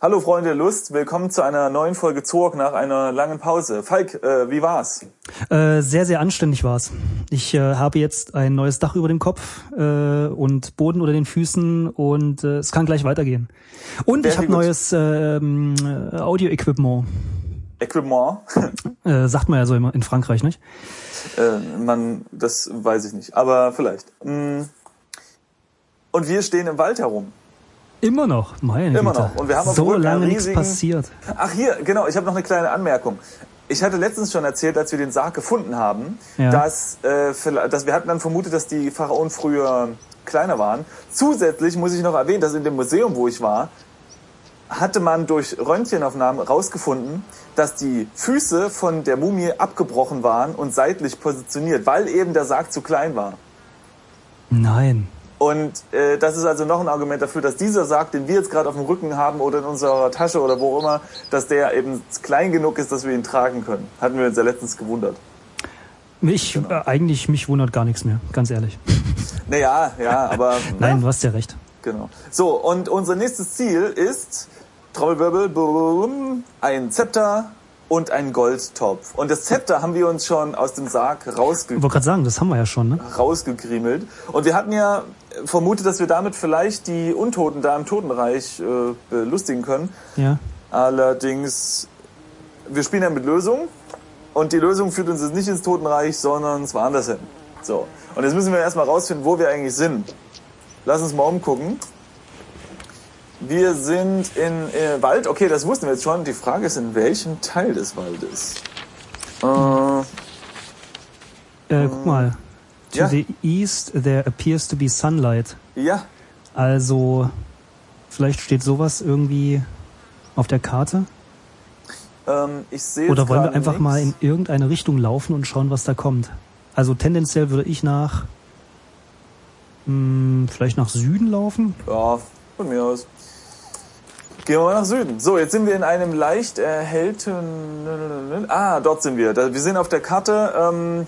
Hallo Freunde der Lust, willkommen zu einer neuen Folge Zorg nach einer langen Pause. Falk, äh, wie war's? Äh, sehr, sehr anständig war's. Ich äh, habe jetzt ein neues Dach über dem Kopf äh, und Boden unter den Füßen und äh, es kann gleich weitergehen. Und Sehr ich habe gut. neues äh, ähm, äh, Audio-Equipment. Equipment? Äh, sagt man ja so immer in Frankreich, nicht? äh, man, das weiß ich nicht, aber vielleicht. Mm. Und wir stehen im Wald herum. Immer noch, meine Immer Güte. noch. Und wir haben auf so Rücken einen lange nichts riesigen- passiert. Ach hier, genau, ich habe noch eine kleine Anmerkung. Ich hatte letztens schon erzählt, als wir den Sarg gefunden haben, Ja. dass, äh, vielleicht- dass wir hatten dann vermutet, dass die Pharaonen früher kleiner waren. Zusätzlich muss ich noch erwähnen, dass in dem Museum, wo ich war, hatte man durch Röntgenaufnahmen rausgefunden, dass die Füße von der Mumie abgebrochen waren und seitlich positioniert, weil eben der Sarg zu klein war. Nein. Und äh, das ist also noch ein Argument dafür, dass dieser Sarg, den wir jetzt gerade auf dem Rücken haben oder in unserer Tasche oder wo auch immer, dass der eben klein genug ist, dass wir ihn tragen können. Hatten wir uns ja letztens gewundert. Mich, Genau. äh, eigentlich, mich wundert gar nichts mehr, ganz ehrlich. Naja, ja, aber ne, Nein, du hast ja recht. genau. So, und unser nächstes Ziel ist Trommelwirbel, brumm, ein Zepter und ein Goldtopf. Und das Zepter haben wir uns schon aus dem Sarg rausge Ich wollte gerade sagen, das haben wir ja schon, ne? rausgekriemelt. Und wir hatten ja vermutet, dass wir damit vielleicht die Untoten da im Totenreich äh, belustigen können. Ja. Allerdings, wir spielen ja mit Lösungen und die Lösung führt uns jetzt nicht ins Totenreich, sondern es war anders hin. So. Und jetzt müssen wir erstmal rausfinden, wo wir eigentlich sind. Lass uns mal umgucken. Wir sind in äh, Wald. Okay, das wussten wir jetzt schon. Die Frage ist, in welchem Teil des Waldes? Äh, Äh, guck mal. To Ja. the east there appears to be sunlight. ja, Also, vielleicht steht sowas irgendwie auf der Karte. ähm, ich sehe Oder jetzt wollen wir gerade einfach nichts. mal in irgendeine Richtung laufen und schauen, was da kommt? Also tendenziell würde ich nach mh, vielleicht nach Süden laufen. Ja, von mir aus. Gehen wir mal nach Süden. So, jetzt sind wir in einem leicht erhellten... Ah, dort sind wir. Da- Wir sind auf der Karte, ähm,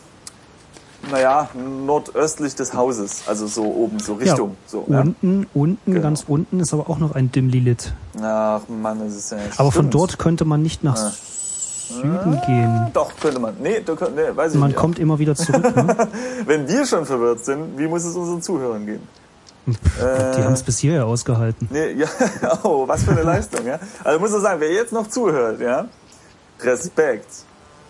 naja, nordöstlich des Hauses. Also so oben, so Richtung. So, ne? ja. Unten, unten, Genau. ganz unten ist aber auch noch ein Dimlilit. Ach Mann, das ist ja nicht Aber von stimmt. Ah. dort könnte man nicht nach Süden gehen. Doch, könnte man. Nee, da könnte, nee weiß ich Man nicht. kommt immer wieder zurück. Ne? Wenn wir schon verwirrt sind, wie muss es unseren Zuhörern gehen? Äh, Gott, die haben es bis hierher ausgehalten. Nee, ja, oh, was für eine Leistung, ja. Also muss ich sagen, wer jetzt noch zuhört, ja, Respekt.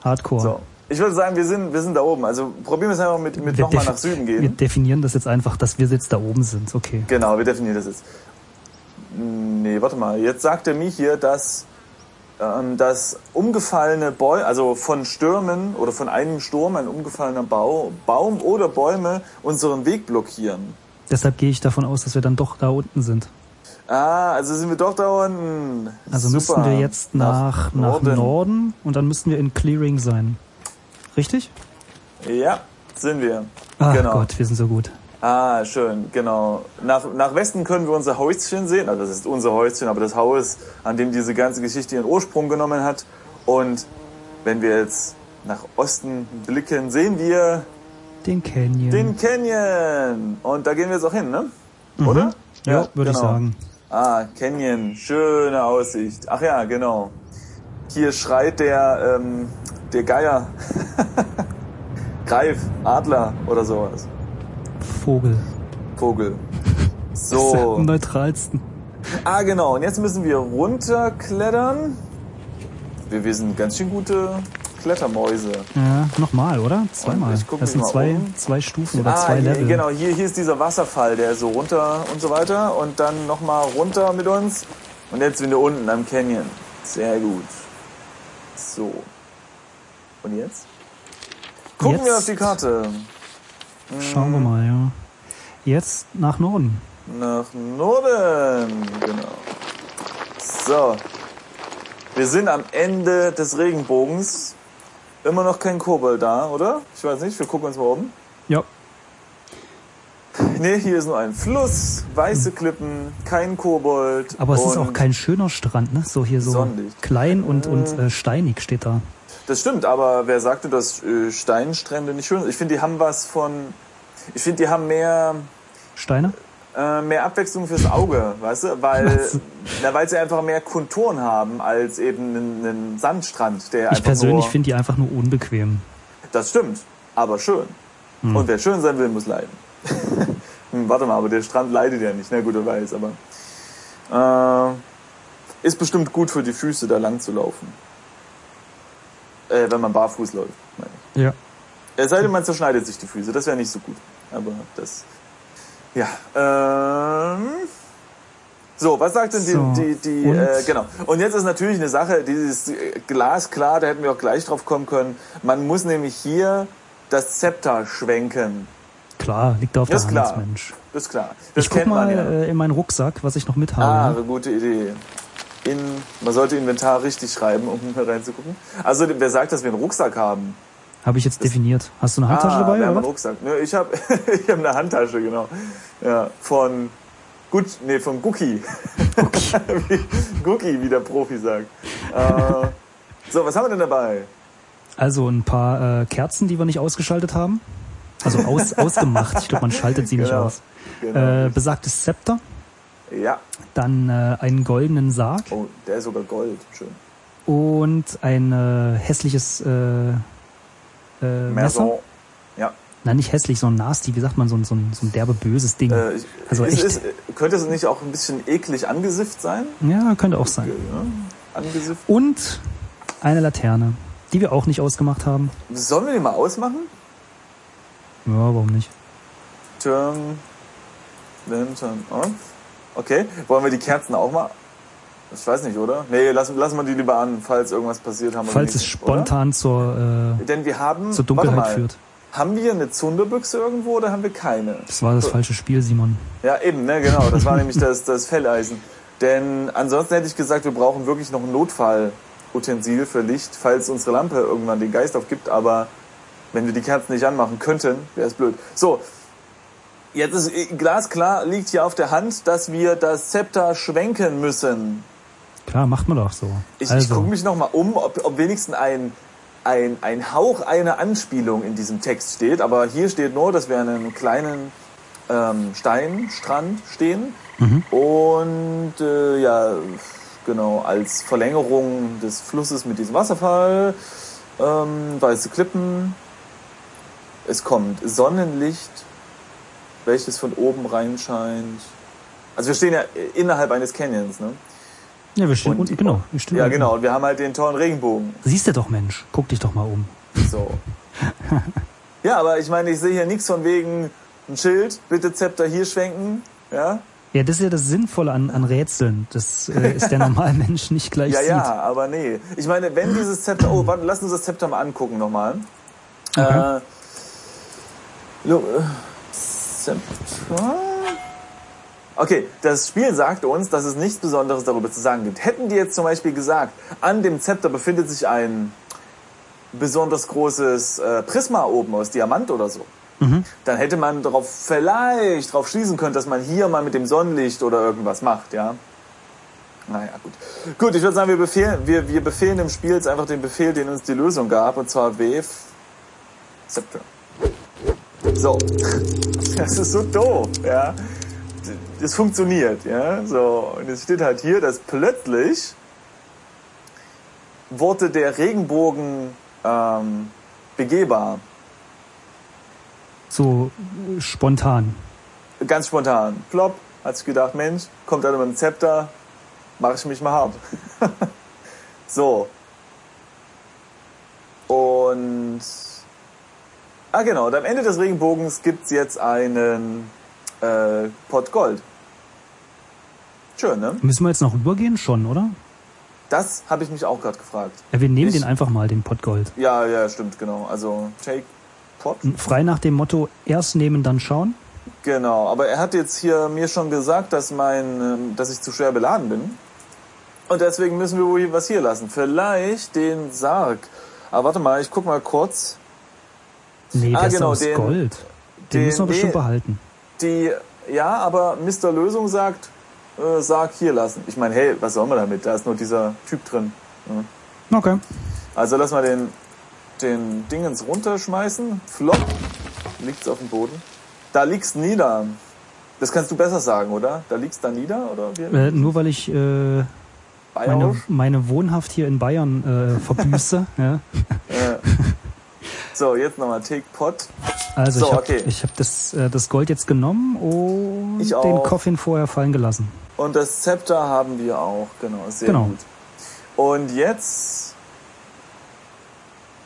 Hardcore. So. Ich würde sagen, wir sind, wir sind da oben. Also probieren wir es einfach mit, mit nochmal defi- nach Süden wir gehen. definieren das jetzt einfach, dass wir jetzt da oben sind. Okay. Genau, wir definieren das jetzt. Nee, warte mal. Jetzt sagt er mir hier, dass ähm, das umgefallene Bäume, also von Stürmen oder von einem Sturm ein umgefallener Bau, Baum oder Bäume unseren Weg blockieren. Deshalb gehe ich davon aus, dass wir dann doch da unten sind. Ah, also sind wir doch da unten. Also Super. müssten wir jetzt nach, nach Norden. und dann müssten wir in Clearing sein. Richtig? Ja, sind wir. Ach genau. Gott, wir sind so gut. Ah, schön, genau. Nach, nach Westen können wir unser Häuschen sehen. Also das ist unser Häuschen, aber das Haus, an dem diese ganze Geschichte ihren Ursprung genommen hat. Und wenn wir jetzt nach Osten blicken, sehen wir Den Canyon. den Canyon. Und da gehen wir jetzt auch hin, ne? Oder? Mhm. ja, würde ich genau. sagen. Ah, Canyon, schöne Aussicht. Ach ja, genau. Hier schreit der, ähm, der Geier. Greif, Adler oder sowas. Vogel. Vogel. Das ist am So. neutralsten. Ah, genau. Und jetzt müssen wir runterklettern. Wir, wir sind ganz schön gute Klettermäuse. Ja, nochmal, oder? Zweimal. ich guck Das mich sind mal zwei, um. zwei Stufen oder ah, zwei hier, Level. genau. Hier, hier ist dieser Wasserfall, der so runter und so weiter. Und dann nochmal runter mit uns. Und jetzt sind wir unten am Canyon. Sehr gut. So. Und jetzt? Gucken wir Jetzt. auf die Karte. Schauen wir mal, ja. Jetzt nach Norden. Nach Norden, genau. So. Wir sind am Ende des Regenbogens. Immer noch kein Kobold da, oder? Ich weiß nicht, wir gucken uns mal um. Ja. Nee, hier ist nur ein Fluss, weiße Klippen, kein Kobold. Hm. Aber es ist auch und- kein schöner Strand, ne? So hier so Sonnenlicht. klein und, und äh, steinig steht da. Das stimmt, aber wer sagte, dass äh, Steinstrände nicht schön sind? Ich finde, die haben was von. Ich finde, die haben mehr. Steine? äh, äh, mehr Abwechslung fürs Auge, weißt du? Weil, na, weil sie einfach mehr Konturen haben als eben einen, einen Sandstrand, der Ich einfach persönlich nur... finde die einfach nur unbequem. Das stimmt, aber schön. Hm. Und wer schön sein will, muss leiden. hm, warte mal, aber der Strand leidet ja nicht. Na gut, er weiß, aber. Äh, ist bestimmt gut für die Füße, da lang zu laufen. Äh, wenn man barfuß läuft, meine ich. Ja. Es sei denn, man zerschneidet sich die Füße, das wäre nicht so gut. Aber das. Ja. Ähm. So, was sagt denn die, So, die, die und? äh, genau. Und jetzt ist natürlich eine Sache, dieses äh, glasklar, da hätten wir auch gleich drauf kommen können. Man muss nämlich hier das Zepter schwenken. Klar, liegt auf Das der ist Hand, klar. Ah, Mensch. Das ist klar. Das Ich guck kennt mal man ja. äh, in meinen Rucksack, was ich noch mit Ah, habe. eine gute Idee. In, man sollte Inventar richtig schreiben, um reinzugucken. Also, wer sagt, dass wir einen Rucksack haben? habe ich jetzt definiert. Hast du eine Handtasche ah, Wir dabei? haben einen Oder? was? Rucksack. Ne, ich habe ich hab eine Handtasche, genau. Ja, von gut, nee, von Gucki. Wie- Gucki, wie der Profi sagt. Äh, so, was haben wir denn dabei? Also ein paar äh, Kerzen, die wir nicht ausgeschaltet haben. Also aus, ausgemacht. Ich glaube, man schaltet sie nicht Genau. aus. Genau. Äh, besagtes Zepter, ja. dann äh, einen goldenen Sarg Oh, der ist sogar Gold. Schön. und ein äh, hässliches äh, äh, Messer. Merson. Ja. Na, nicht hässlich, sondern nasty. Wie sagt man, so ein, so ein, so ein derbe, böses Ding. Äh, ich- Also ist, echt. ist, könnte es nicht auch ein bisschen eklig angesifft sein? ja, könnte auch sein. Ja, angesifft. Und eine Laterne, die wir auch nicht ausgemacht haben. Sollen wir den mal ausmachen? Ja, warum nicht? Turn, then turn off. Okay, wollen wir die Kerzen auch mal? Ich weiß nicht, oder? Nee, lassen, lassen wir die lieber an, falls irgendwas passiert haben. wir Falls es wenigstens, spontan zur, Oder? Denn wir haben. äh, zur warte Dunkelheit mal, führt. Haben wir eine Zunderbüchse irgendwo oder haben wir keine? Das war das falsche Spiel, Simon. Ja, eben, ne, genau. Das war nämlich das, das Felleisen. Denn ansonsten hätte ich gesagt, wir brauchen wirklich noch ein Notfallutensil für Licht, falls unsere Lampe irgendwann den Geist aufgibt. Aber wenn wir die Kerzen nicht anmachen könnten, wäre es blöd. So, jetzt ist äh, glasklar, liegt hier auf der Hand, dass wir das Zepter schwenken müssen. Klar, macht man doch so. Ich, ich gucke also, mich nochmal um, ob, ob wenigstens ein, ein, ein Hauch einer Anspielung in diesem Text steht. Aber hier steht nur, dass wir an einem kleinen ähm, Steinstrand stehen. Und äh, ja, genau, als Verlängerung des Flusses mit diesem Wasserfall, ähm, weiße Klippen. Es kommt Sonnenlicht, welches von oben reinscheint. Also wir stehen ja innerhalb eines Canyons, ne? ja, wir stehen Und- unten, genau. Wir stehen Ja, unten. genau. Und wir haben halt den tollen Regenbogen. Siehst du doch, Mensch. Guck dich doch mal um. So. ja, aber ich meine, ich sehe hier nichts von wegen ein Schild, bitte Zepter hier schwenken. Ja, Ja, das ist ja das Sinnvolle an, an Rätseln. Das äh, ist der normale Mensch nicht gleich ja, sieht. ja, aber nee. Ich meine, wenn dieses Zepter. Oh, warte, lass uns das Zepter mal angucken nochmal. Okay. Äh, lo- äh, Zepter. Okay, das Spiel sagt uns, dass es nichts Besonderes darüber zu sagen gibt. Hätten die jetzt zum Beispiel gesagt, an dem Zepter befindet sich ein besonders großes äh, Prisma oben aus Diamant oder so, Mhm. dann hätte man darauf vielleicht darauf schließen können, dass man hier mal mit dem Sonnenlicht oder irgendwas macht, ja. Naja, gut. Gut, ich würde sagen, wir befehlen, wir, wir befehlen dem Spiel jetzt einfach den Befehl, den uns die Lösung gab, und zwar WF Zepter. So. Das ist so doof, ja. Das funktioniert, ja. So, und es steht halt hier, dass plötzlich wurde der Regenbogen ähm, begehbar. So äh, spontan. Ganz spontan. Plopp, hat sich gedacht, Mensch, kommt einer mit dem Zepter, mache ich mich mal hart. so. Und. Ah, genau. Und am Ende des Regenbogens gibt's jetzt einen äh, Pott Gold. Schön, ne? Müssen wir jetzt noch rübergehen? Schon, oder? Das habe ich mich auch gerade gefragt. Ja, wir nehmen Ich- den einfach mal, den Pott Gold. Ja, ja, stimmt, genau. Also, Jake Pott. Frei nach dem Motto, erst nehmen, dann schauen. Genau, aber er hat jetzt hier mir schon gesagt, dass mein, ähm, dass ich zu schwer beladen bin. Und deswegen müssen wir wohl hier was hier lassen. Vielleicht den Sarg. Aber warte mal, ich guck mal kurz. Nee, Ah, das genau, ist aus den- Gold. Den, den- müssen wir bestimmt nee. behalten. Die, ja, aber Mr. Lösung sagt, äh, Sarg hier lassen. Ich meine, hey, was soll man damit? Da ist nur dieser Typ drin. Okay. Also lass mal den, den Dingens runterschmeißen. Flop. Liegt's auf dem Boden. Da liegt's nieder. Das kannst du besser sagen, oder? Da liegst dann nieder, oder? Wie? Äh, nur weil ich äh, meine, Bayerisch? meine Wohnhaft hier in Bayern äh, verbüße. ja. So, jetzt nochmal Take Pot. Also So, ich habe okay. hab das, äh, das Gold jetzt genommen und Ich den auch. Coffin vorher fallen gelassen. Und das Zepter haben wir auch, genau. Sehr Genau. gut. Und jetzt,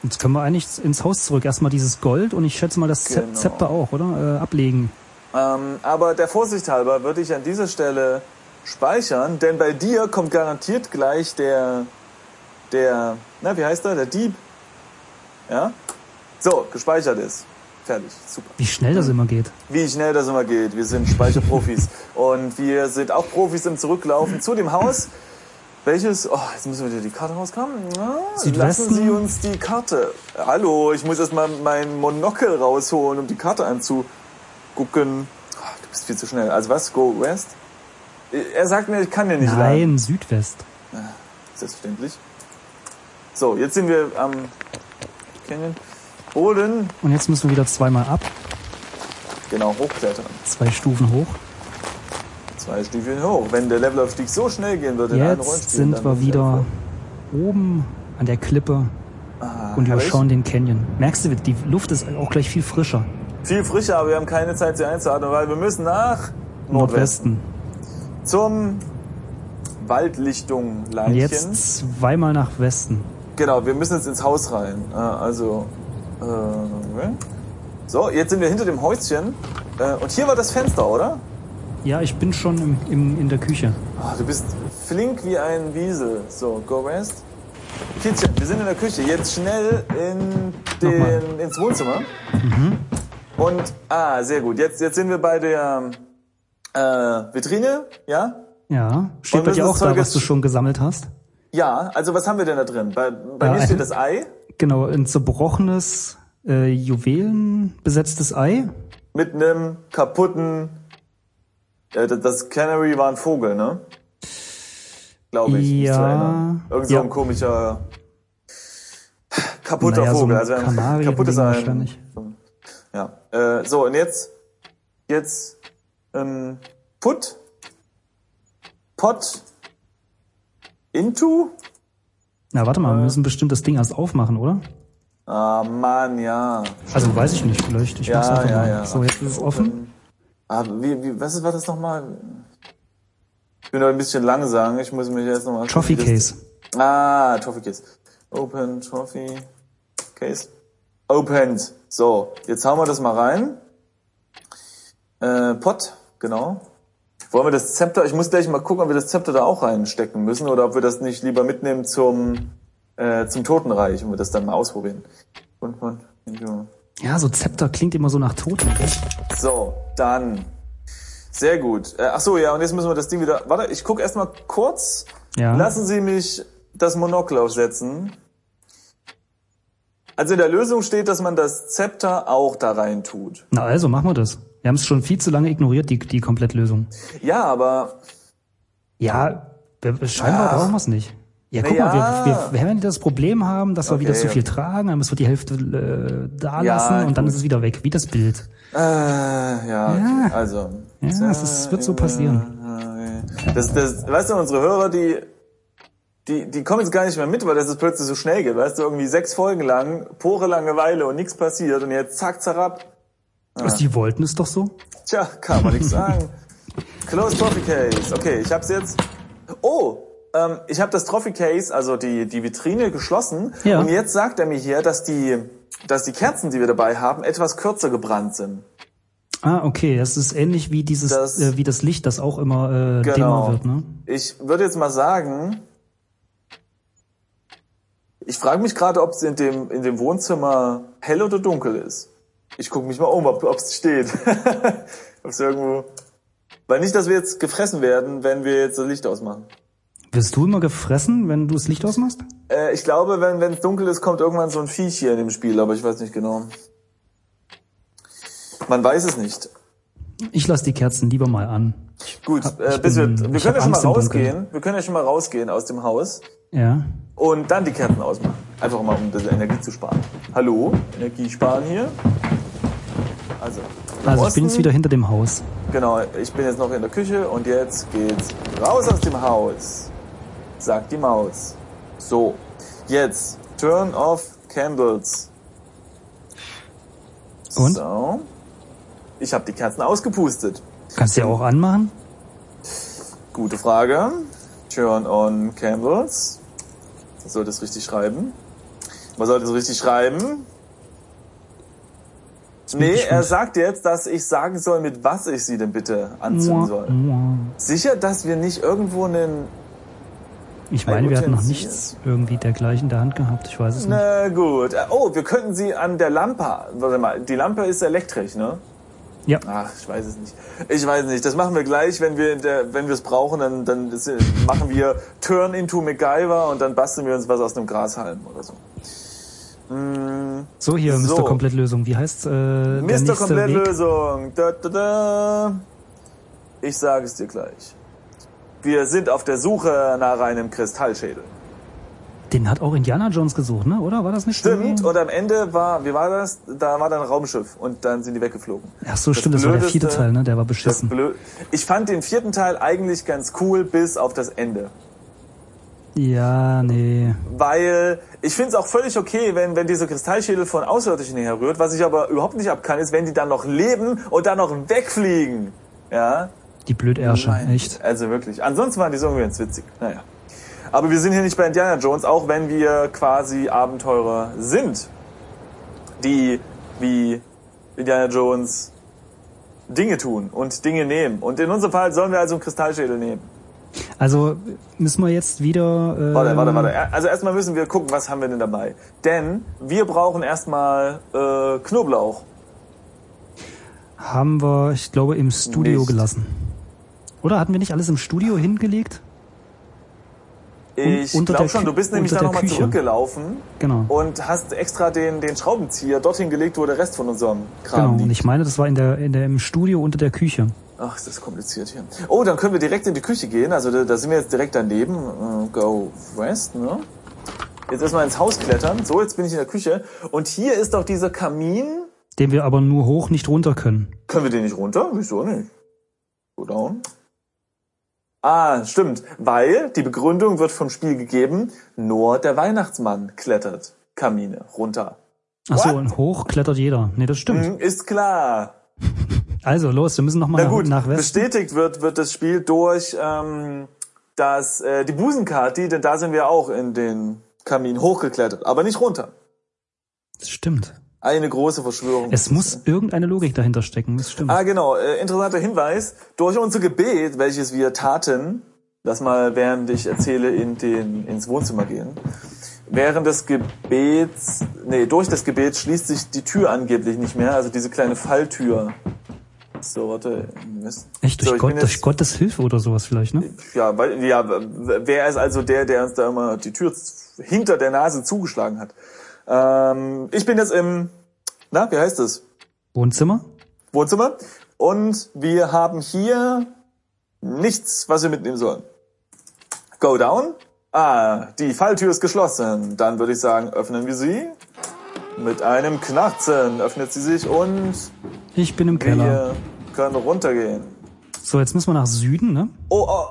Jetzt können wir eigentlich ins Haus zurück. Erstmal dieses Gold und ich schätze mal das Ze- Genau. Zepter auch, oder? Äh, ablegen. ähm, aber der Vorsicht halber würde ich an dieser Stelle speichern, denn bei dir kommt garantiert gleich der, der, na, wie heißt er? Der Dieb. Ja? So, gespeichert ist. Fertig. Super. Wie schnell Hm. das immer geht. wie schnell das immer geht. Wir sind Speicherprofis. Und wir sind auch Profis im Zurücklaufen zu dem Haus. Welches? Oh, jetzt müssen wir wieder die Karte rauskramen. Na, Südwesten. Lassen Sie uns die Karte. Hallo, ich muss erstmal mein Monokel rausholen, um die Karte anzugucken. Ah, du bist viel zu schnell. Also was? Go West? Er sagt mir, ich kann dir nicht laden. Nein, Südwest. Selbstverständlich. So, jetzt sind wir am Canyon. Boden. Und jetzt müssen wir wieder zweimal ab, Genau, hochklettern. zwei Stufen hoch. Zwei Stiefeln hoch. Wenn der Levelaufstieg so schnell gehen würde, in allen Jetzt Rollenspielen, sind dann wir bin ich wieder oben an der Klippe Ah, und aber überschauen den Canyon. Merkst du, die Luft ist auch gleich viel frischer. ich- Viel frischer, aber wir haben keine Zeit, sie einzuatmen, weil wir müssen nach Nordwesten. Zum Waldlichtung Und Leinchen. jetzt zweimal nach Westen. Genau, wir müssen jetzt ins Haus rein. Äh, also. Äh, okay. so, jetzt sind wir hinter dem Häuschen. Äh, und hier war das Fenster, oder? Ja, ich bin schon im, im, in der Küche. Ah, du bist flink wie ein Wiesel. So, go rest. Kitchen, wir sind in der Küche. Jetzt schnell in den, Nochmal. ins Wohnzimmer. Und, ah, sehr gut. Jetzt, jetzt sind wir bei der äh, Vitrine, ja? Ja, Und steht bei das dir ist auch da, Zeug, was das- du schon gesammelt hast? Ja, also was haben wir denn da drin? Bei, bei Ja, mir ein- steht das Ei Genau, ein zerbrochenes, äh, juwelenbesetztes Ei. mit einem kaputten... Äh, das- das Canary war ein Vogel, ne? Glaube ich, mich zu Ja. erinnern. Irgend so Ja. ein komischer... Kaputter Naja, so ein Vogel, also ein Kanariending kaputtes Ei. wahrscheinlich. Ja, äh, so und jetzt jetzt ähm, put pot into Na, warte mal, wir müssen bestimmt das Ding erst aufmachen, oder? ah Mann ja Also weiß ich nicht, vielleicht. Ich mach's ja einfach ja mal. ja So, jetzt ist es offen. ah, wie, wie was war das nochmal? Ich bin noch ein bisschen langsam. Ich muss mich jetzt nochmal Trophy Case. Ah, Trophy Case. Open Trophy Case. Opened. So, jetzt hauen wir das mal rein. Äh, Pot, genau. Wollen wir das Zepter? Ich muss gleich mal gucken, ob wir das Zepter da auch reinstecken müssen oder ob wir das nicht lieber mitnehmen zum äh, zum Totenreich und wir das dann mal ausprobieren. Und man, Ja, so Zepter klingt immer so nach Tod. so, dann. Sehr gut. Äh, ach so, ja, und jetzt müssen wir das Ding wieder. Warte, ich guck erst mal kurz. Ja. Lassen Sie mich das Monokel aufsetzen. Also in der Lösung steht, dass man das Zepter auch da rein tut. Na also, machen wir das. Wir haben es schon viel zu lange ignoriert, die, die Komplettlösung. Ja, aber Ja, wir- scheinbar Ach. brauchen wir es nicht. Ja, guck Na ja. mal, wir, wir, wenn wir das Problem haben, dass wir wieder Okay, zu viel okay. tragen, dann müssen wir die Hälfte äh, da Ja, lassen und dann gut. ist es wieder weg, wie das Bild. äh, ja, okay. also. Ja, es ist- wird so passieren. Das, das, weißt du, unsere Hörer, die, die, die kommen jetzt gar nicht mehr mit, weil das ist plötzlich so schnell geht. Weißt du, irgendwie sechs Folgen lang, pure Langeweile und nichts passiert und jetzt zack, zerab. Ah. Sie Also, wollten es doch so. Tja, kann man nichts sagen. Close Trophy Case. Okay, ich hab's jetzt. Oh, ähm, ich habe das Trophy Case, also die, die Vitrine, geschlossen. Ja. Und jetzt sagt er mir hier, dass die, dass die Kerzen, die wir dabei haben, etwas kürzer gebrannt sind. Ah, okay, das ist ähnlich wie dieses, Das- äh, wie das Licht, das auch immer äh, Genau. dämmer wird, ne? Ich würde jetzt mal sagen, ich frage mich gerade, ob es in dem, in dem Wohnzimmer hell oder dunkel ist. Ich gucke mich mal um, ob es steht. ob es irgendwo. Weil nicht, dass wir jetzt gefressen werden, wenn wir jetzt das Licht ausmachen. Wirst du immer gefressen, wenn du das Licht ausmachst? Äh, ich glaube, wenn wenn es dunkel ist, kommt irgendwann so ein Viech hier in dem Spiel, aber ich weiß nicht genau. Man weiß es nicht. Ich lasse die Kerzen lieber mal an. Gut, Hab- äh, ich bis wir, bin- wir ich können hab ja schon mal Angst im Dunkeln. rausgehen. Wir können ja schon mal rausgehen aus dem Haus Ja. und dann die Kerzen ausmachen. Einfach mal, um ein bisschen Energie zu sparen. Hallo, Energie sparen hier. Also, im Also ich Osten. bin jetzt Also, wieder hinter dem Haus. Genau, ich bin jetzt noch in der Küche und jetzt geht's raus aus dem Haus, sagt die Maus. So, jetzt turn off candles. Und? So. Ich habe die Kerzen ausgepustet. Kannst du ja auch anmachen. Gute Frage. Turn on candles. Man sollte es richtig schreiben. Man sollte es richtig schreiben. bin Nee, gespannt. er sagt jetzt, dass ich sagen soll, mit was ich sie denn bitte anzünden soll. Sicher, dass wir nicht irgendwo einen... Ich meine, wir hatten noch Utensil. nichts irgendwie dergleichen in der Hand gehabt. Ich weiß es nicht. Na gut. Oh, wir könnten sie an der Lampe... Warte mal, die Lampe ist elektrisch, ne? Ja. Ach, ich weiß es nicht. Ich weiß es nicht. Das machen wir gleich, wenn wir in der, wenn wir es brauchen, dann, dann ist- machen wir Turn into MacGyver und dann basteln wir uns was aus einem Grashalm oder so. Mm, So hier, Mr. So. Komplettlösung. Wie heißt äh, der Mr. nächste Weg? Komplettlösung. Da, da, da. Ich sage es dir gleich. Wir sind auf der Suche nach einem Kristallschädel. Den hat auch Indiana Jones gesucht, ne? Oder war das nicht? Stimmt. irgendwie? Und am Ende war, wie war das? Da war dann ein Raumschiff und dann sind die weggeflogen. Ach so, stimmt. Das war der vierte Blödeste- Teil, ne? Der war Das beschissen. blöd. Ich fand den vierten Teil eigentlich ganz cool bis auf das Ende. Ja, nee. weil ich finde es auch völlig okay, wenn, wenn diese Kristallschädel von Außerirdischen herrührt. Was ich aber überhaupt nicht abkann, ist, wenn die dann noch leben und dann noch wegfliegen. Ja, Die Blödärsche, Nein. echt. Also wirklich. Ansonsten waren die so irgendwie ganz witzig. Naja. Aber wir sind hier nicht bei Indiana Jones, auch wenn wir quasi Abenteurer sind, die wie Indiana Jones Dinge tun und Dinge nehmen. Und in unserem Fall sollen wir also einen Kristallschädel nehmen. Also müssen wir jetzt wieder. Äh, Warte, warte, warte. Er- Also erstmal müssen wir gucken, was haben wir denn dabei. Denn wir brauchen erstmal äh, Knoblauch. Haben wir, ich glaube, im Studio Nicht. gelassen. Oder hatten wir nicht alles im Studio hingelegt? Ich unter glaube der schon, Kü- du bist nämlich unter dann der nochmal Küche. zurückgelaufen Genau. und hast extra den, den Schraubenzieher dorthin gelegt, wo der Rest von unserem Kram Genau, und liegt. ich meine, das war in der, in der, im Studio unter der Küche. Ach, ist das kompliziert hier. Oh, dann können wir direkt in die Küche gehen. Also da, da sind wir jetzt direkt daneben. Äh, go West, ne? Jetzt erstmal ins Haus klettern. So, jetzt bin ich in der Küche. Und hier ist doch dieser Kamin. Den wir aber nur hoch, nicht runter können. Können wir den nicht runter? Wieso nicht? Go down. Ah, stimmt. Weil die Begründung wird vom Spiel gegeben, nur der Weihnachtsmann klettert Kamine runter. Achso, What? und hoch klettert jeder. Nee, das stimmt. Hm, Ist klar. Also, los, wir müssen nochmal Na nach, gut, nach Westen. bestätigt wird, wird das Spiel durch ähm, das, äh, die Busenkati, denn da sind wir auch in den Kamin hochgeklettert, aber nicht runter. Das stimmt. Eine große Verschwörung. Es muss irgendeine Logik dahinter stecken, das stimmt. Ah, genau. Äh, interessanter Hinweis. Durch unser Gebet, welches wir taten, lass mal, während ich erzähle, in den, ins Wohnzimmer gehen. Während des Gebets, nee, durch das Gebet schließt sich die Tür angeblich nicht mehr, also diese kleine Falltür. So, warte. Mist. Echt, durch, so, ich bin Gott, durch jetzt- Gottes Hilfe oder sowas vielleicht, ne? Ja, weil, ja, wer ist also der, der uns da immer die Tür z- hinter der Nase zugeschlagen hat? Ähm, ich bin jetzt im, na, wie heißt es? Wohnzimmer? Wohnzimmer. Und wir haben hier nichts, was wir mitnehmen sollen. Go down. Ah, die Falltür ist geschlossen. Dann würde ich sagen, öffnen wir sie. Mit einem Knarzen öffnet sie sich und Ich bin im Keller. wir können runtergehen. So, jetzt müssen wir nach Süden, ne? Oh, oh,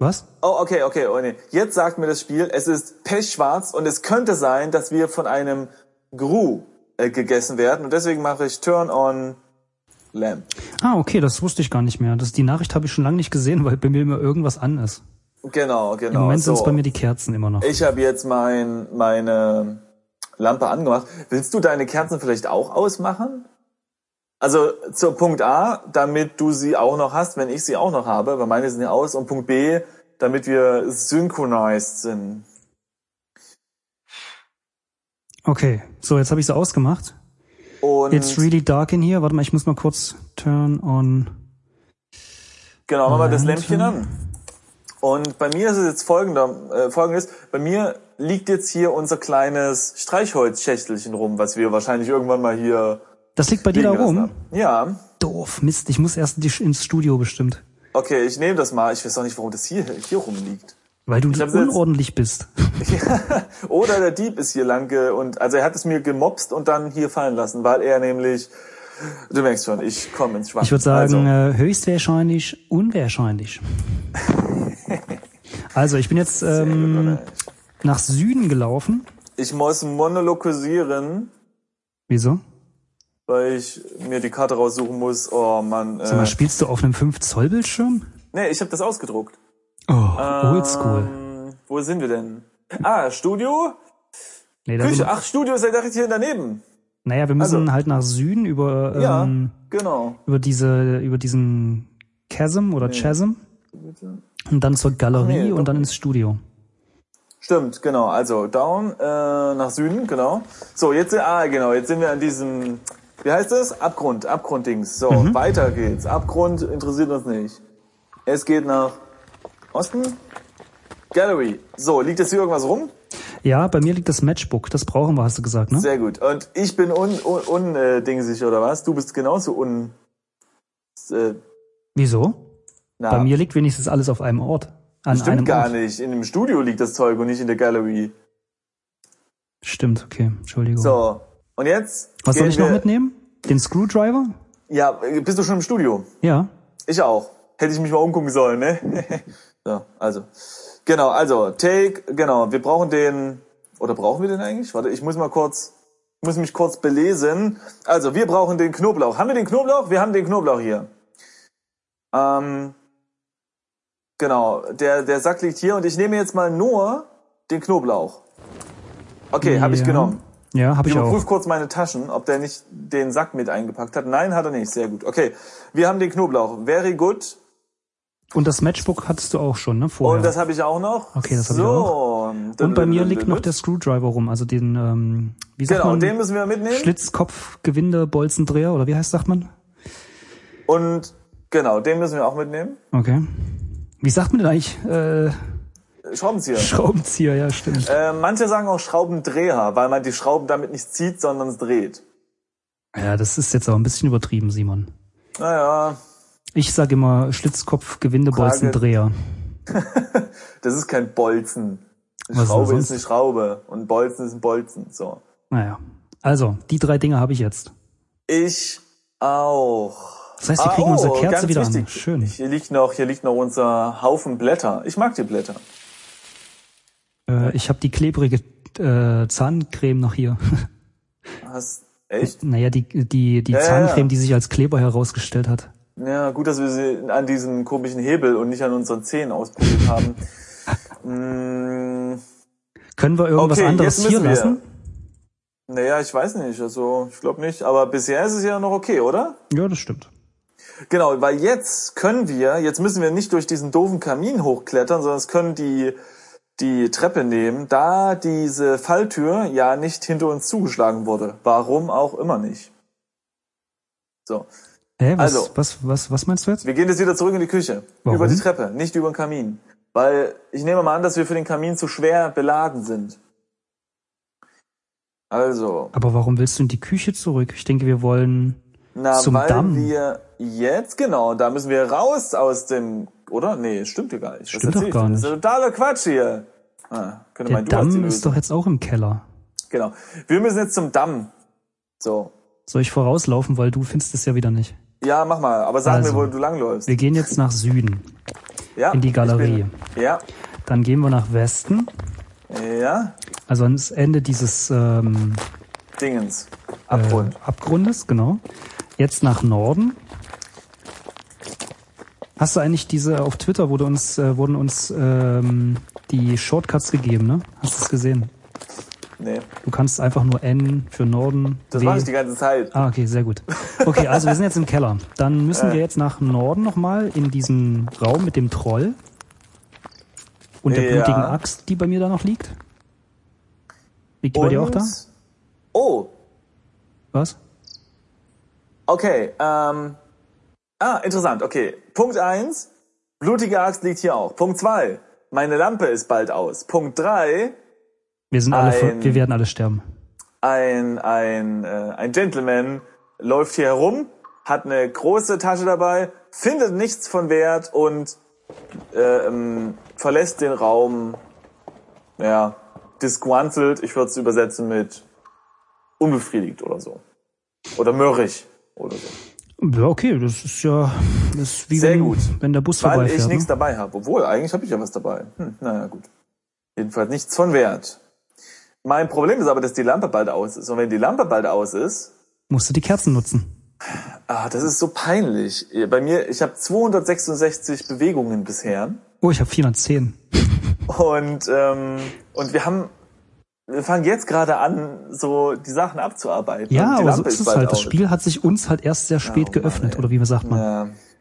Was? Oh, okay, okay, oh nee. Jetzt sagt mir das Spiel, es ist pechschwarz und es könnte sein, dass wir von einem Gru äh, gegessen werden. Und deswegen mache ich Turn on Lamp. Ah, okay, das wusste ich gar nicht mehr. Das, die Nachricht habe ich schon lange nicht gesehen, weil bei mir immer irgendwas an ist. Genau, genau. Im Moment so. sind es bei mir die Kerzen immer noch. ich habe jetzt mein, meine Lampe angemacht. Willst du deine Kerzen vielleicht auch ausmachen? Also zur Punkt A, damit du sie auch noch hast, wenn ich sie auch noch habe, weil meine sind ja aus. Und Punkt B, damit wir synchronized sind. Okay, so, jetzt habe ich sie ausgemacht. Und It's really dark in here. Warte mal, ich muss mal kurz turn on. Genau, mach mal das Lantern. Lämpchen an. Und bei mir ist es jetzt folgender, äh, folgendes. Bei mir liegt jetzt hier unser kleines Streichholzschächtelchen rum, was wir wahrscheinlich irgendwann mal hier Das liegt bei dir da liegen lassen rum. haben. Ja. Doof, Mist, ich muss erst in die, ins Studio bestimmt. Okay, ich nehme das mal. Ich weiß auch nicht, warum das hier, hier rumliegt. Weil du hab's jetzt- unordentlich bist. äh, Oder der Dieb ist hier lang ge und also er hat es mir gemobst und dann hier fallen lassen, weil er nämlich Du merkst schon, ich komme ins Schwanken. Also, Ich würde sagen, äh, höchstwahrscheinlich unwahrscheinlich. also, ich bin jetzt Also, sehr gut, ähm, oder? nach Süden gelaufen. ich muss monologisieren, Wieso? weil ich mir die Karte raussuchen muss. Oh Mann. Sag mal, Äh, spielst du auf einem 5-Zoll-Bildschirm? nee, ich habe das ausgedruckt. Oh, Äh, oldschool. Ähm, wo sind wir denn? Ah, Studio? Nee, da sind Küche. wir, Ach, Studio ist ja direkt hier daneben. naja, wir müssen also- halt nach Süden über, Ja. ähm, Genau. über diese, über diesen Chasm oder Chasm und dann zur Galerie Nee, doch und dann ins Studio. Stimmt, genau. Also down äh, nach Süden, genau. So, jetzt ah genau, jetzt sind wir an diesem wie heißt das? Abgrund, Abgrunddings. So, weiter geht's. Abgrund interessiert uns nicht. Es geht nach Osten. Gallery. So, liegt jetzt hier irgendwas rum? Ja, bei mir liegt das Matchbook. Das brauchen wir, hast du gesagt, ne? Sehr gut. Und ich bin un, un, un äh, dingsig oder was? Du bist genauso un äh, Wieso? na, Bei mir liegt wenigstens alles auf einem Ort. An einem stimmt gar Ort. nicht. In dem Studio liegt das Zeug und nicht in der Gallery. Stimmt, okay. Entschuldigung. So. Und jetzt Was soll gehen ich noch wir- mitnehmen? Den Screwdriver? Ja, bist du schon im Studio? Ja. Ich auch. Hätte ich mich mal umgucken sollen, ne? so, also. Genau, also, take, genau, wir brauchen den, oder brauchen wir den eigentlich? Warte, ich muss mal kurz, ich muss mich kurz belesen. Also, wir brauchen den Knoblauch. Haben wir den Knoblauch? Wir haben den Knoblauch hier. Ähm, genau, der, der Sack liegt hier und ich nehme jetzt mal nur den Knoblauch. Okay, habe ich ja. genommen. Ja, habe ich Ich auch. überprüfe kurz meine Taschen, ob der nicht den Sack mit eingepackt hat. Nein, hat er nicht. Sehr gut. Okay, wir haben den Knoblauch. Very good. Und das Matchbook hattest du auch schon, ne? Und Vorher. das habe ich auch noch. Okay, das habe ich so. Und bei mir liegt noch der Screwdriver rum, also den, ähm, wie sagt Genau, man? den müssen wir mitnehmen. Schlitzkopf, Gewinde, Bolzendreher oder wie heißt sagt man? Und genau, den müssen wir auch mitnehmen. Okay. Wie sagt man denn eigentlich? Äh, Schraubenzieher. Schraubenzieher, ja, stimmt. äh, manche sagen auch Schraubendreher, weil man die Schrauben damit nicht zieht, sondern es dreht. Ja, das ist jetzt auch ein bisschen übertrieben, Simon. Naja, Ich sage immer Schlitzkopf, Gewinde, Bolzendreher. das ist kein Bolzen. Eine Was ist Schraube denn ist eine Schraube und Bolzen ist ein Bolzen. So. Naja. Also, die drei Dinge habe ich jetzt. Ich auch. Das heißt, wir Ah, kriegen unsere Kerze wieder an. Schön. oh, Hier liegt noch, hier liegt noch unser Haufen Blätter. Ich mag die Blätter. Äh, ich habe die klebrige äh, Zahncreme noch hier. Hast echt? naja, die, die, die Ja, ja, Zahncreme, ja. die sich als Kleber herausgestellt hat. Ja, gut, dass wir sie an diesem komischen Hebel und nicht an unseren Zähnen ausprobiert haben. mm, Können wir irgendwas Okay, anderes jetzt hier müssen wir. lassen? naja, ich weiß nicht. Also ich glaube nicht. Aber bisher ist es ja noch okay, oder? Ja, das stimmt. Genau, weil jetzt können wir, jetzt müssen wir nicht durch diesen doofen Kamin hochklettern, sondern es können die die Treppe nehmen, da diese Falltür ja nicht hinter uns zugeschlagen wurde. Warum auch immer nicht. So. Hä, was, Also. was, was, was meinst du jetzt? Wir gehen jetzt wieder zurück in die Küche. Warum? Über die Treppe, nicht über den Kamin. Weil ich nehme mal an, dass wir für den Kamin zu schwer beladen sind. Also, Aber warum willst du in die Küche zurück? Ich denke, wir wollen. na, Zum weil Damm. wir jetzt, genau, da müssen wir raus aus dem, oder? Nee, stimmt ja gar nicht. Stimmt doch erzähl ich gar dir. Das ist nicht. ja totaler Quatsch hier. Ah, könnte Der meinen, du hast die Damm ist Lösung. doch jetzt auch im Keller. Genau. Wir müssen jetzt zum Damm. So. Soll ich vorauslaufen, weil du findest es ja wieder nicht. Ja, mach mal, aber sag mir, Also. wo du langläufst. Wir gehen jetzt nach Süden, Ja, in die ich bin- Galerie. Ja, Dann gehen wir nach Westen, ja, also ans Ende dieses ähm, Dingens. Abgrund. Äh, Abgrundes, genau. Jetzt nach Norden. Hast du eigentlich diese auf Twitter wurde uns äh, wurden uns ähm, die Shortcuts gegeben, ne? Hast du es gesehen? Nee, Du kannst einfach nur N für Norden. das W. mache ich die ganze Zeit. Ah, okay, sehr gut. Okay, also wir sind jetzt im Keller. Dann Äh. müssen wir jetzt nach Norden nochmal in diesen Raum mit dem Troll und der Ja. blutigen Axt, die bei mir da noch liegt. Liegt die bei dir auch Und- da? Oh, Was? okay. Ähm, ah, interessant. Okay. Punkt eins: Blutige Axt liegt hier auch. Punkt zwei: Meine Lampe ist bald aus. Punkt drei: Wir sind alle, ver- Ein- wir werden alle sterben. Ein, ein, äh, ein Gentleman läuft hier herum, hat eine große Tasche dabei, findet nichts von Wert und äh, ähm, verlässt den Raum, ja, disgruntled. Ich würde es übersetzen mit unbefriedigt oder so. Oder mürrisch. oder so. Ja, okay, das ist ja das ist wie Sehr wenn, gut. wenn der Bus Weil vorbeifährt. ich nichts ne? dabei habe. Obwohl, eigentlich habe ich ja was dabei. Hm, naja, gut. Jedenfalls nichts von Wert. Mein Problem ist aber, dass die Lampe bald aus ist. Und wenn die Lampe bald aus ist, Musst du die Kerzen nutzen. ah, das ist so peinlich. Bei mir, ich habe 266 Bewegungen bisher. Oh, ich habe 410. Und, ähm, und wir haben, wir fangen jetzt gerade an, so die Sachen abzuarbeiten. und Ja, die aber so Lampe ist es bald halt. Das aus. oh Spiel hat sich uns halt erst sehr spät Mann, geöffnet, ey. oder wie man sagt man.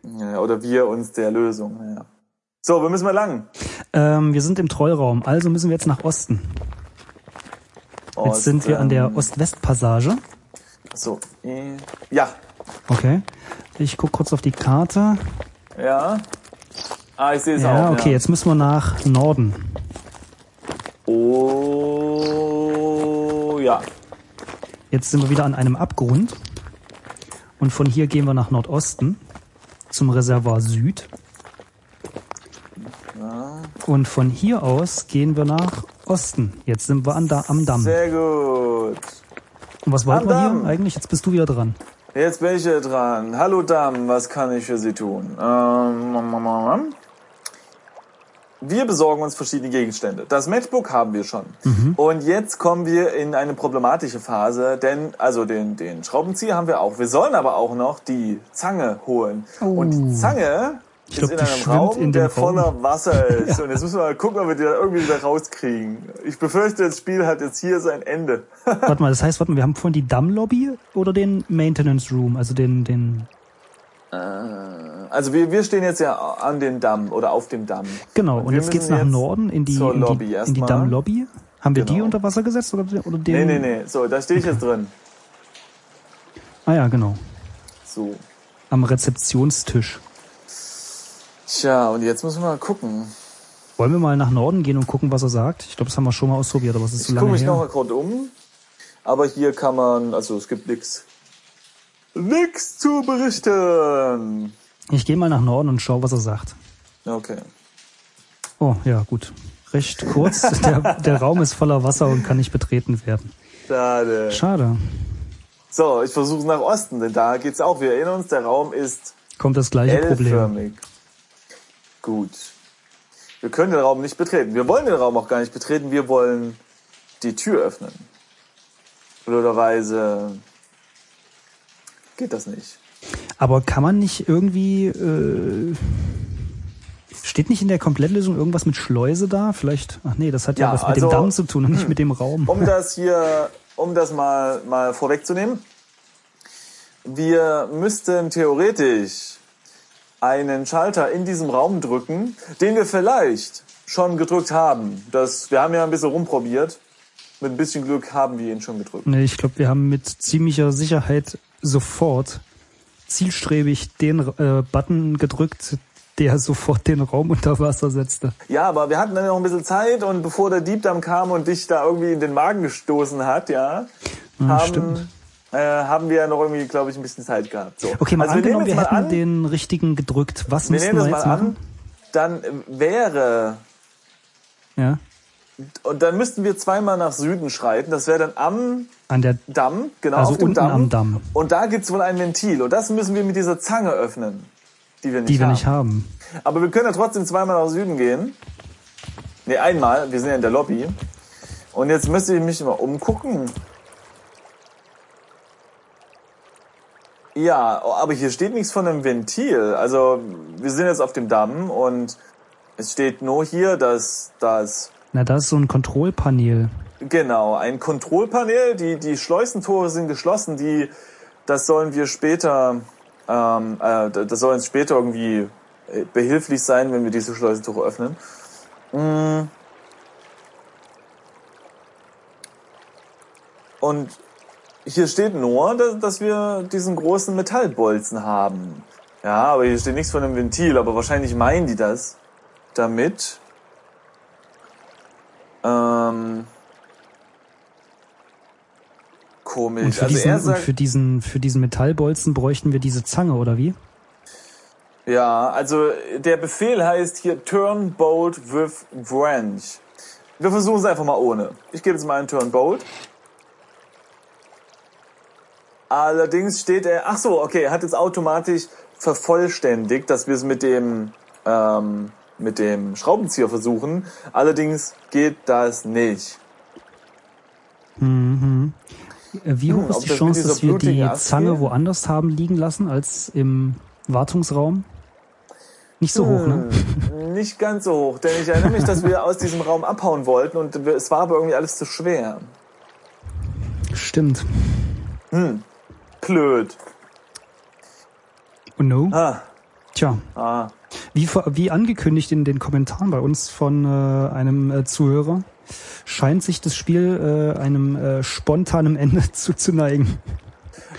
Ja, ja, oder wir uns der Lösung. Ja. So, wo müssen wir lang? Ähm, wir sind im Trollraum, also müssen wir jetzt nach Osten. Jetzt sind wir an der Ost-West-Passage. So, äh, ja, Okay. Ich guck kurz auf die Karte. ja. Ah, ich sehe es Ja, auch. okay, ja. jetzt müssen wir nach Norden. Oh, ja. Jetzt sind wir wieder an einem Abgrund. Und von hier gehen wir nach Nordosten zum Reservoir Süd. Und von hier aus gehen wir nach Osten. Jetzt sind wir an da, am Damm. Sehr gut. Und was wollten wir am hier Damm. eigentlich? Jetzt bist du wieder dran. Jetzt bin ich hier dran. Hallo Damen, was kann ich für Sie tun? Ähm, mam, mam, mam, mam. wir besorgen uns verschiedene Gegenstände. Das Matchbook haben wir schon. Mhm. Und jetzt kommen wir in eine problematische Phase, denn also den, den Schraubenzieher haben wir auch. Wir sollen aber auch noch die Zange holen. Und die Zange Oh. ist glaub, in die einem schwimmt Raum, in dem der Raum. voller Wasser ist. Und jetzt müssen wir mal gucken, ob wir die da irgendwie wieder rauskriegen. Ich befürchte, das Spiel hat jetzt hier sein Ende. Warte mal, das heißt, warte mal, wir haben vorhin die Dammlobby oder den Maintenance Room, also den, den, Also wir, wir stehen jetzt ja an dem Damm oder auf dem Damm. genau. Und wir jetzt geht's müssen nach jetzt Norden in die, zur in die, Lobby in die erstmal. Dammlobby. Haben wir die Genau. unter Wasser gesetzt oder, oder den? Nee, nee, nee. So, da stehe ich jetzt drin. Ah ja, genau. So. Am Rezeptionstisch. Tja, und jetzt müssen wir mal gucken. Wollen wir mal nach Norden gehen und gucken, was er sagt? Ich glaube, das haben wir schon mal ausprobiert, aber es ist Ich so gucke lange mich her. noch mal kurz um. Aber hier kann man, also es gibt nix. Nix zu berichten. Ich gehe mal nach Norden und schau, was er sagt. Okay. Oh, ja, gut. Recht kurz. der, der Raum ist voller Wasser und kann nicht betreten werden. Schade. Schade. So, ich versuche nach Osten, denn da geht's auch. Wir erinnern uns, der Raum ist Kommt das gleiche Problem. L-förmig. Gut. Wir können den Raum nicht betreten. Wir wollen den Raum auch gar nicht betreten. Wir wollen die Tür öffnen. Blöderweise geht das nicht. Aber kann man nicht irgendwie... Äh, steht nicht in der Komplettlösung irgendwas mit Schleuse da? Vielleicht... Ach nee, das hat ja, Ja, was mit dem also- Damm zu tun und nicht mit dem Raum. Um das hier, um das mal, mal vorwegzunehmen. Wir müssten theoretisch einen Schalter in diesem Raum drücken, den wir vielleicht schon gedrückt haben. Das, wir haben ja ein bisschen rumprobiert. Mit ein bisschen Glück haben wir ihn schon gedrückt. Nee, ich glaube, wir haben mit ziemlicher Sicherheit sofort zielstrebig den äh, Button gedrückt, der sofort den Raum unter Wasser setzte. Ja, aber wir hatten dann noch ein bisschen Zeit und bevor der Dieb dann kam und dich da irgendwie in den Magen gestoßen hat, ja, haben, Hm, stimmt. äh, haben wir ja noch irgendwie, glaube ich, ein bisschen Zeit gehabt. So. Okay, mal also wir angenommen, nehmen wir jetzt mal hätten an, den richtigen gedrückt. Was wir müssten nehmen wir das jetzt mal an, machen? dann wäre, Ja. und dann müssten wir zweimal nach Süden schreiten, das wäre dann am An der Damm, genau, Also auf dem unten Damm. am Damm. Und da gibt's wohl ein Ventil und das müssen wir mit dieser Zange öffnen, die wir nicht die wir haben. nicht haben. Aber wir können ja trotzdem zweimal nach Süden gehen. Ne, einmal. Wir sind ja in der Lobby. Und jetzt müsste ich mich mal umgucken. Ja, oh, aber hier steht nichts von einem Ventil. Also, wir sind jetzt auf dem Damm und es steht nur hier, dass das Na, da ist so ein Kontrollpanel. Genau, ein Kontrollpanel. Die, die Schleusentore sind geschlossen. Die, das sollen wir später, ähm, äh, das soll uns später irgendwie äh, behilflich sein, wenn wir diese Schleusentore öffnen. Mm. Und hier steht nur, dass, dass wir diesen großen Metallbolzen haben. Ja, aber hier steht nichts von einem Ventil, aber wahrscheinlich meinen die das damit. Ähm, komisch. Und für, also diesen, er und sagt, für, diesen, für diesen Metallbolzen bräuchten wir diese Zange, oder wie? Ja, also der Befehl heißt hier Turn Bolt with Branch. Wir versuchen es einfach mal ohne. Ich gebe jetzt mal einen Turn Bolt. Allerdings steht er, ach so, okay, er hat jetzt automatisch vervollständigt, dass wir es mit dem, ähm, mit dem Schraubenzieher versuchen. Allerdings geht das nicht. Mhm. Äh, Wie hoch Hm, ist ob die das Chance, mit dieser dass wir die blutigen Axt Zange geht? woanders haben liegen lassen als im Wartungsraum? Nicht so hoch, ne? Hm, Nicht ganz so hoch, denn ich erinnere mich, dass wir aus diesem Raum abhauen wollten und wir- es war aber irgendwie alles zu schwer. Hm. Stimmt. Blöd. Oh no. Ah, Tja. ah. Wie, vor- wie angekündigt in den Kommentaren bei uns von äh, einem äh, Zuhörer, scheint sich das Spiel äh, einem äh, spontanen Ende zuzuneigen.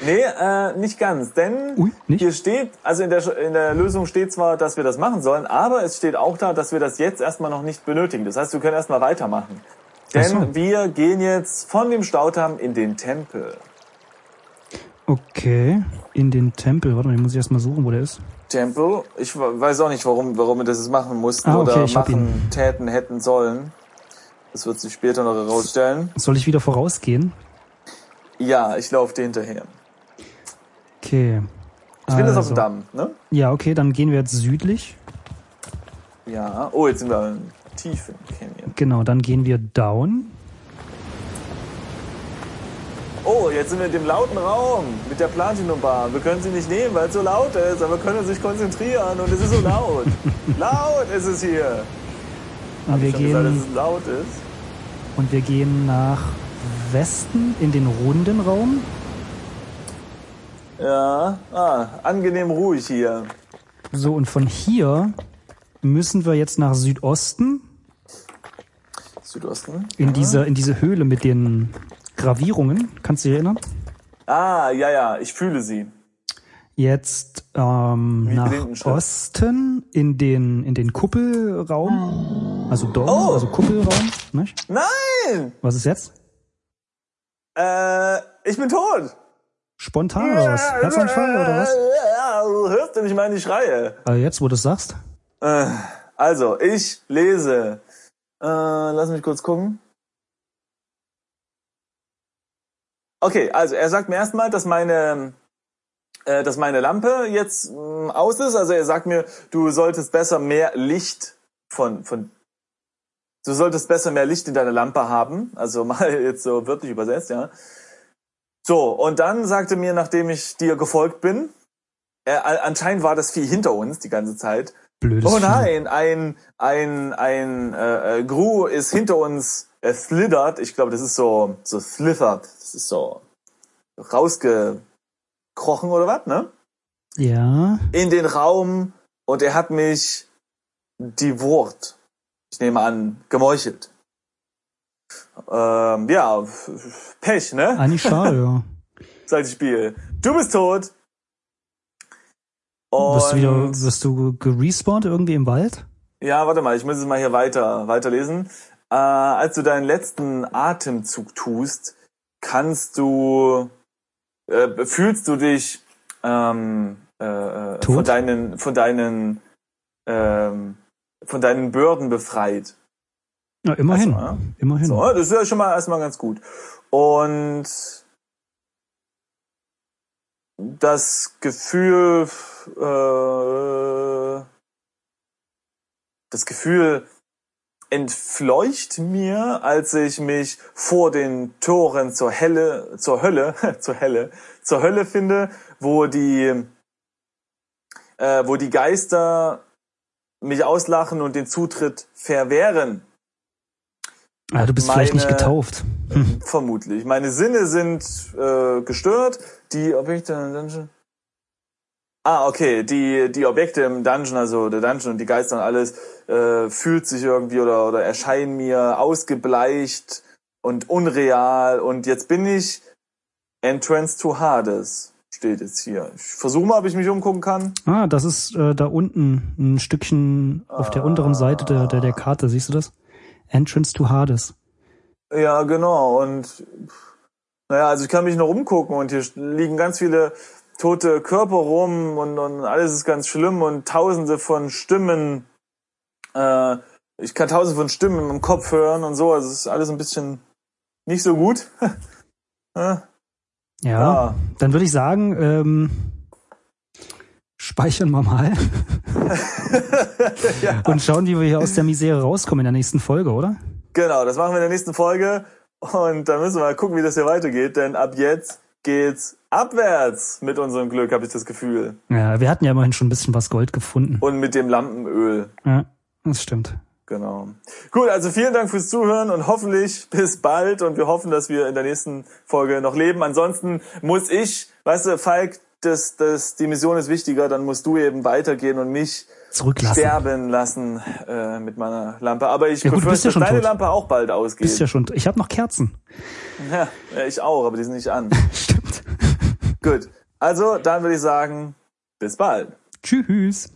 Nee, äh, nicht ganz, denn Ui, nicht? hier steht, also in der, in der Lösung steht zwar, dass wir das machen sollen, aber es steht auch da, dass wir das jetzt erstmal noch nicht benötigen. Das heißt, wir können erstmal weitermachen. Denn Ach so. wir gehen jetzt von dem Staudamm in den Tempel. Okay. In den Tempel. Warte mal, den muss ich erst mal suchen, wo der ist. Tempel, ich we- weiß auch nicht, warum, warum wir das jetzt machen mussten Ah, okay, oder ich hab machen täten, hätten sollen. Das wird sich später noch herausstellen. Soll ich wieder vorausgehen? Ja, ich laufe dir hinterher. Okay. Ich bin jetzt Also. auf dem Damm, ne? Ja, okay, dann gehen wir jetzt südlich. Ja. Oh, jetzt sind wir im tiefen Canyon. Genau, dann gehen wir down. Oh, jetzt sind wir in dem lauten Raum mit der Platinum Bar. Wir können sie nicht nehmen, weil es so laut ist, aber wir können uns nicht konzentrieren und es ist so laut. laut ist es hier. Und wir, Ich hab gesagt, dass gehen, es laut ist. und wir gehen nach Westen in den runden Raum. Ja. Ah, angenehm ruhig hier. So, und von hier müssen wir jetzt nach Südosten Südosten. in, diese, in diese Höhle mit den Gravierungen. Kannst du dich erinnern? Ah, ja, ja, ich fühle sie. Jetzt ähm, nach Blindenschritt. Osten in den, in den Kuppelraum. Also Dorf, Oh. also Kuppelraum. Nicht? Nein! Was ist jetzt? Äh, ich bin tot! Spontan oder was? Herzanfall oder was? Du hörst du nicht meine Schreie? Also jetzt, wo du es sagst. Äh, also, ich lese. Äh, lass mich kurz gucken. Okay, also er sagt mir erstmal, dass meine äh, dass meine Lampe jetzt mh, aus ist. Also er sagt mir, du solltest besser mehr Licht von von du solltest besser mehr Licht in deiner Lampe haben. Also mal jetzt so wörtlich übersetzt, ja. So, und dann sagte mir, nachdem ich dir gefolgt bin, äh, anscheinend war das Vieh hinter uns die ganze Zeit, Blödes Oh Vieh. nein, ein, ein, ein äh, äh, Gru ist hinter uns äh, slittert. Ich glaube, das ist so, so slittert. Das ist so rausgekrochen oder was, ne? Ja. In den Raum und er hat mich die Wort, ich nehme an, gemeuchelt. Ähm, ja, f- f- Pech, ne? Eigentlich schade, ja. Sagt das Spiel. Du bist tot. Und Wirst du wieder, wirst du gerespawnt irgendwie im Wald? Ja, warte mal, ich muss es mal hier weiter, weiterlesen. Äh, als du deinen letzten Atemzug tust, kannst du, äh, fühlst du dich ähm, äh, äh, Tot? von deinen, von deinen, ähm, von deinen Bürden befreit. Na, immerhin. Ach so, ja. Immerhin. So, oh, das ist ja schon mal erstmal ganz gut. Und das Gefühl, äh, das Gefühl entfleucht mir, als ich mich vor den Toren zur Hölle, zur Hölle, zur Hölle, zur Hölle finde, wo die, äh, wo die Geister mich auslachen und den Zutritt verwehren. Ah, du bist vielleicht nicht meine- getauft. Vermutlich. Meine Sinne sind äh, gestört. Die Objekte im Dungeon. Ah, okay. Die, die Objekte im Dungeon, also der Dungeon und die Geister und alles, äh, fühlt sich irgendwie oder, oder erscheinen mir ausgebleicht und unreal. Und jetzt bin ich Entrance to Hades, steht jetzt hier. Ich versuche mal, ob ich mich umgucken kann. Ah, das ist äh, da unten ein Stückchen auf der unteren Seite der, der, der Karte. Siehst du das? Entrance to Hades. Ja, genau. Und naja, also ich kann mich noch umgucken und hier liegen ganz viele tote Körper rum und, und alles ist ganz schlimm und tausende von Stimmen. Äh, ich kann tausende von Stimmen im Kopf hören und so. Also es ist alles ein bisschen nicht so gut. Äh, Ja, Ah. dann würde ich sagen, ähm, speichern wir mal und schauen, wie wir hier aus der Misere rauskommen in der nächsten Folge, oder? Genau, das machen wir in der nächsten Folge. Und dann müssen wir mal gucken, wie das hier weitergeht, denn ab jetzt geht's abwärts mit unserem Glück, habe ich das Gefühl. Ja, wir hatten ja immerhin schon ein bisschen was Gold gefunden. Und mit dem Lampenöl. Ja, das stimmt. Genau. Gut, also vielen Dank fürs Zuhören und hoffentlich bis bald und wir hoffen, dass wir in der nächsten Folge noch leben. Ansonsten muss ich, weißt du, Falk, das, das, die Mission ist wichtiger, dann musst du eben weitergehen und mich Zurücklassen. sterben lassen äh, mit meiner Lampe. Aber ich Ja gut, du bist befürchte, ja dass schon deine tot. Lampe auch bald ausgeht. Ist ja schon. Ich habe noch Kerzen. Ja, ich auch, aber die sind nicht an. Stimmt. Gut. Also, dann würde ich sagen, bis bald. Tschüss.